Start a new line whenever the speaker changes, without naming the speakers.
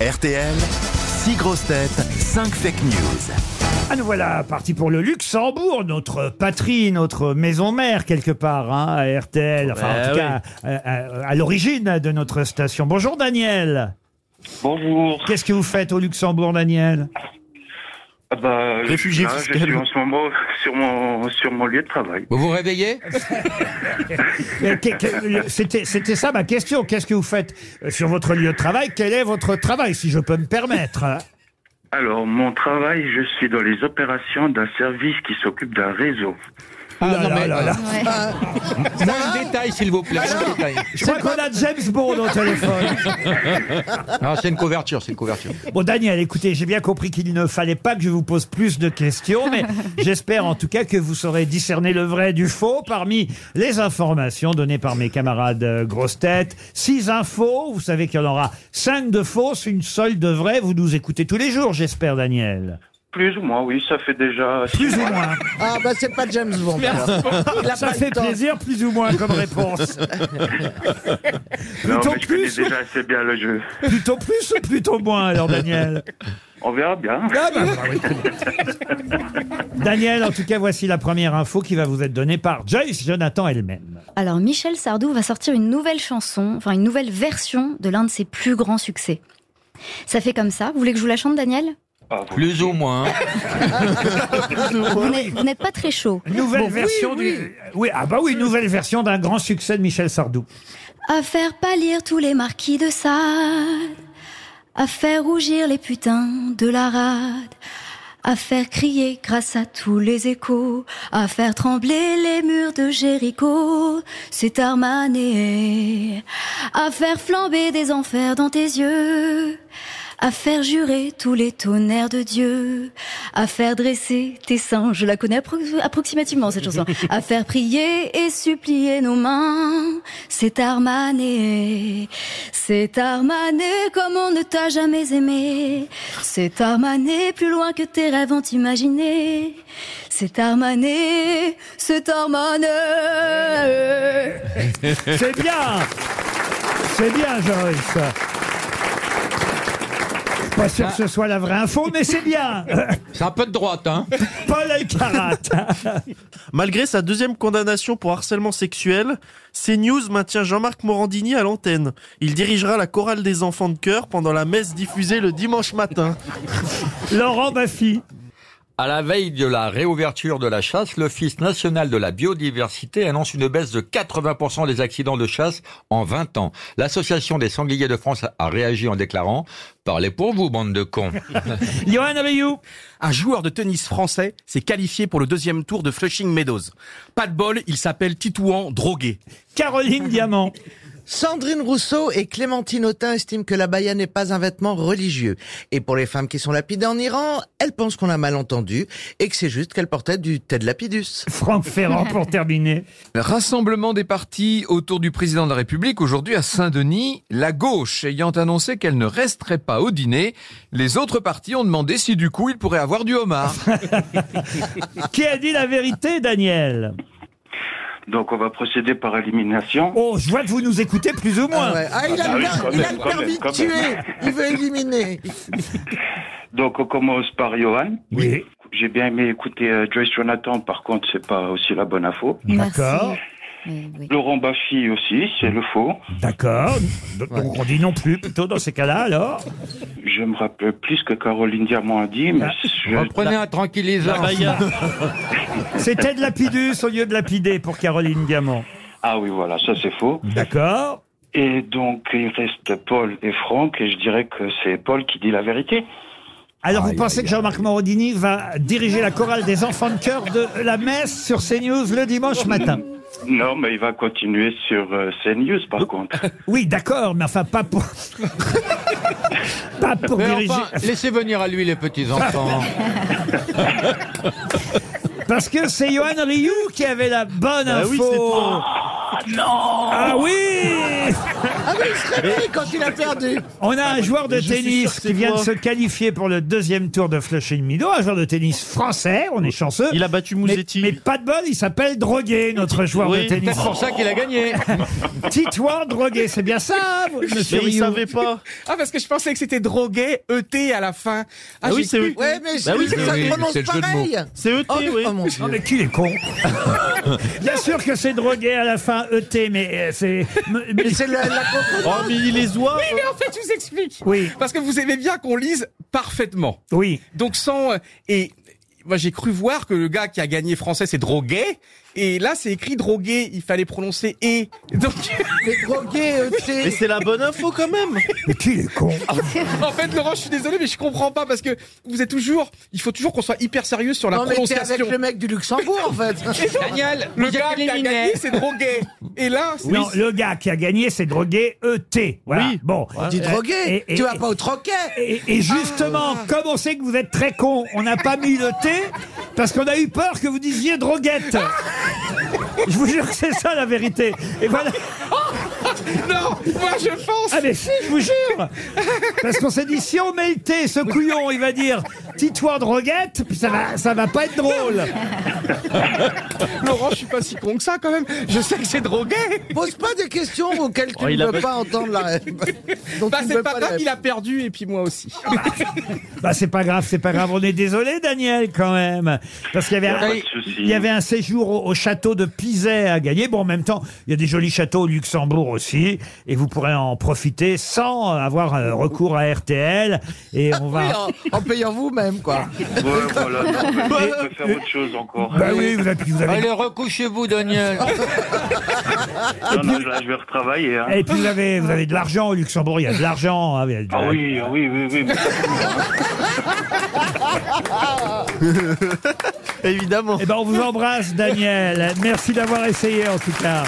RTL, 6 grosses têtes, 5 fake news.
Ah, nous voilà parti pour le Luxembourg, notre patrie, notre maison mère quelque part, hein, à RTL, enfin en
Bah
tout
oui.
cas à, à- à l'origine de notre station. Bonjour Daniel.
Bonjour.
Qu'est-ce que vous faites au Luxembourg, Daniel
Ah bah, je
Réfugié
suis là,
fiscal.
Je suis en ce moment sur mon, sur mon lieu de travail.
Vous vous réveillez
Mais qu'est- Euh, que- le- C'était c'était ça ma question. Qu'est-ce que vous faites euh, sur votre lieu de travail Quel est votre travail, si je peux me permettre
Alors, mon travail, je suis dans les opérations d'un service qui s'occupe d'un réseau.
Ah
là
non,
là
mais-
là là.
Moins de détails, s'il vous plaît. moins de détails.
Je crois qu'on a James Bond au téléphone.
Non, c'est une couverture, c'est une couverture.
Bon, Daniel, écoutez, j'ai bien compris qu'il ne fallait pas que je vous pose plus de questions, mais j'espère en tout cas que vous saurez discerner le vrai du faux parmi les informations données par mes camarades euh, grosses têtes. Six infos, vous savez qu'il y en aura cinq de fausses, une seule de vraie. Vous nous écoutez tous les jours, j'espère, Daniel.
Plus ou moins, oui, ça fait déjà.
Plus ou moins.
Ah bah c'est pas James Bond.
Ça fait plaisir, plus ou moins, comme réponse.
Non,
Plutôt
mais je connais
plus, ou-
déjà assez bien le jeu.
plutôt plus ou plutôt moins, alors, Daniel
On verra bien.
Ah. Daniel, en tout cas, voici la première info qui va vous être donnée par Joyce Jonathan elle-même.
Alors Michel Sardou va sortir une nouvelle chanson, enfin une nouvelle version de l'un de ses plus grands succès. Ça fait comme ça. Vous voulez que je vous la chante, Daniel
Ah, bon.
Plus ou moins. hein.
Vous n'êtes- vous n'êtes pas très chaud.
Nouvelle
Bon.
version du. Oui, ah bah oui, nouvelle version d'un grand succès de Michel Sardou.
À faire pâlir tous les marquis de Sade, à faire rougir les putains de la rade, à faire crier grâce à tous les échos, à faire trembler les murs de Jéricho, c'est Armané, à faire flamber des enfers dans tes yeux, à faire jurer tous les tonnerres de Dieu, à faire dresser tes seins, je la connais appro- approximativement cette chanson, à faire prier et supplier nos mains, c'est Armané, c'est Armané comme on ne t'a jamais aimé, c'est Armané plus loin que tes rêves ont imaginé, c'est Armané, c'est Armané.
C'est bien C'est bien, Joyce pas sûr que ce soit la vraie info, mais c'est bien. Euh,
C'est un peu de droite, hein
Paul Alcarat.
Malgré sa deuxième condamnation pour harcèlement sexuel, CNews maintient Jean-Marc Morandini à l'antenne. Il dirigera la chorale des enfants de chœur pendant la messe diffusée le dimanche matin.
Laurent Baffy.
À la veille de la réouverture de la chasse, l'Office national de la biodiversité annonce une baisse de 80% des accidents de chasse en 20 ans. L'association des sangliers de France a réagi en déclarant « Parlez pour vous, bande de cons !»
Johan Rioux.
Un joueur de tennis français s'est qualifié pour le deuxième tour de Flushing Meadows. Pas de bol, il s'appelle Titouan Drogué.
Caroline Diamant.
Sandrine Rousseau et Clémentine Autain estiment que la baya n'est pas un vêtement religieux. Et pour les femmes qui sont lapidées en Iran, elles pensent qu'on a mal entendu et que c'est juste qu'elles portaient du Ted Lapidus.
Franck Ferrand pour terminer.
Rassemblement des partis autour du président de la République aujourd'hui à Saint-Denis, la gauche ayant annoncé qu'elle ne resterait pas au dîner, les autres partis ont demandé si du coup ils pourraient avoir du homard.
Qui a dit la vérité, Daniel
Donc, on va procéder par élimination.
Oh, je vois que vous nous écoutez plus ou moins.
Ah, ouais. Ah, il a,
Ah
le,
oui,
per-
quand
il a
même,
le
quand
permis
même, quand
de tuer.
même.
Il veut éliminer.
Donc, on commence par Johan.
Oui.
J'ai bien aimé écouter euh, Joyce Jonathan, par contre, c'est pas aussi la bonne info.
D'accord.
Merci. Mais oui.
Laurent Baffy aussi, c'est le faux.
D'accord. Donc on dit non plus plutôt dans ces cas-là alors.
Je me rappelle plus ce que Caroline Diamant a dit,
Ah,
mais je-
Reprenez un
La
tranquillisant
baïa.
C'était de lapidus au lieu de lapider pour Caroline Diamant.
Ah oui, voilà, ça c'est faux.
D'accord.
Et donc, il reste Paul et Franck, et je dirais que c'est Paul qui dit la vérité.
Alors vous pensez que Jean-Marc Morandini va diriger la chorale des enfants de cœur de la messe sur CNews le dimanche matin
Non, mais il va continuer sur euh, CNews, par contre.
Oui, d'accord, mais enfin pas pour pas pour
Mais
diriger
enfin, laissez venir à lui les petits-enfants
parce que c'est Johan Rioux qui avait la bonne
Ah oui,
info. Ah oui
Ah oui, il se réveille quand il a perdu.
On a un joueur de
Bah, je suis sûr
tennis
que
qui
c'est
vient de
toi.
se qualifier pour le deuxième tour de Flushing Meadow, un joueur de tennis français, on est chanceux.
Il a battu
mais,
Mouzetti.
mais pas de bol, il s'appelle Droguet, notre joueur
Oui,
de tennis.
C'est pour ça qu'il a gagné.
Titouan Droguet, c'est bien ça, vous, monsieur
Mais il
Rioux
savait pas.
Ah, parce que je pensais que c'était drogué, ET à la fin.
Ah
Ah,
oui,
j'ai
c'est
E
cru.
Ouais, mais
Bah oui,
ça
c'est-
se
oui,
prononce
c'est le jeu de
pareil.
C'est ET,
Oh,
oui.
oh mon
Non
dieu.
mais qui est con Bien sûr que c'est Droguet à la fin, ET, mais euh, c'est... me- mais-
Mais C'est la, la
Oh, mais il les oies.
Mais en fait, je vous explique.
Oui,
Parce que vous aimez bien qu'on lise parfaitement.
oui.
Donc sans... euh, Et moi, j'ai cru voir que le gars qui a gagné français, c'est drogué. Et là, c'est écrit drogué. Il fallait prononcer et. Donc,
les drogués,
Mais
c'est
c'est la bonne info quand même.
Mais qui est con
Ah
en fait, Laurent, je suis désolé, mais je comprends pas parce que vous êtes toujours... Il faut toujours qu'on soit hyper sérieux sur la
Non, mais t'es avec
prononciation.
le mec du Luxembourg, en fait.
Génial. Le gars qui a gagné, c'est drogué. Et là, c'est-
Non, le gars qui a gagné, c'est Droguet, ET. Voilà.
Oui.
Bon. Euh,
Dis drogué,
Et- et-
tu vas pas au troquet.
Et, et justement, comme on sait que vous êtes très con, on n'a pas mis le thé parce qu'on a eu peur que vous disiez droguette. Je vous jure que c'est ça la vérité. Et voilà.
non, moi je pense.
Ah mais si, je vous jure. Parce qu'on s'est dit si on met le thé, ce couillon, il va dire titoir droguette, puis ça va, ça va pas être drôle.
Ah, Laurent, je suis pas si con que ça quand même. Je sais que c'est drogué.
Pose pas des questions auxquelles tu
Oh, il
ne
a
peux
pas-
pas entendre la. dont
Bah
tu ne
c'est
peux
pas
la-
grave, il a perdu et puis moi aussi.
Bah c'est pas grave, c'est pas grave. On est désolé, Daniel, quand même, parce qu'il y avait.
Pas
un-
de souci.
Il y avait un séjour au, au château de Pizet à gagner. Bon, en même temps, il y a des jolis châteaux au Luxembourg aussi, et vous pourrez en profiter sans avoir euh, recours à RTL. Et on
Oui,
va.
en, en payant vous-même, quoi.
Ouais, voilà, non, mais je peux faire autre chose encore.
Bah oui, vous avez, vous avez-
Allez, recouchez-vous, Daniel.
Non, non, là, je vais retravailler. hein.
et puis vous avez, vous avez de l'argent au Luxembourg. Il y a de l'argent. hein, il y a de-
Ah oui, ah oui, oui, oui. mais ça,
Évidemment.
Eh ben, on vous embrasse, Daniel. Merci d'avoir essayé, en tout cas.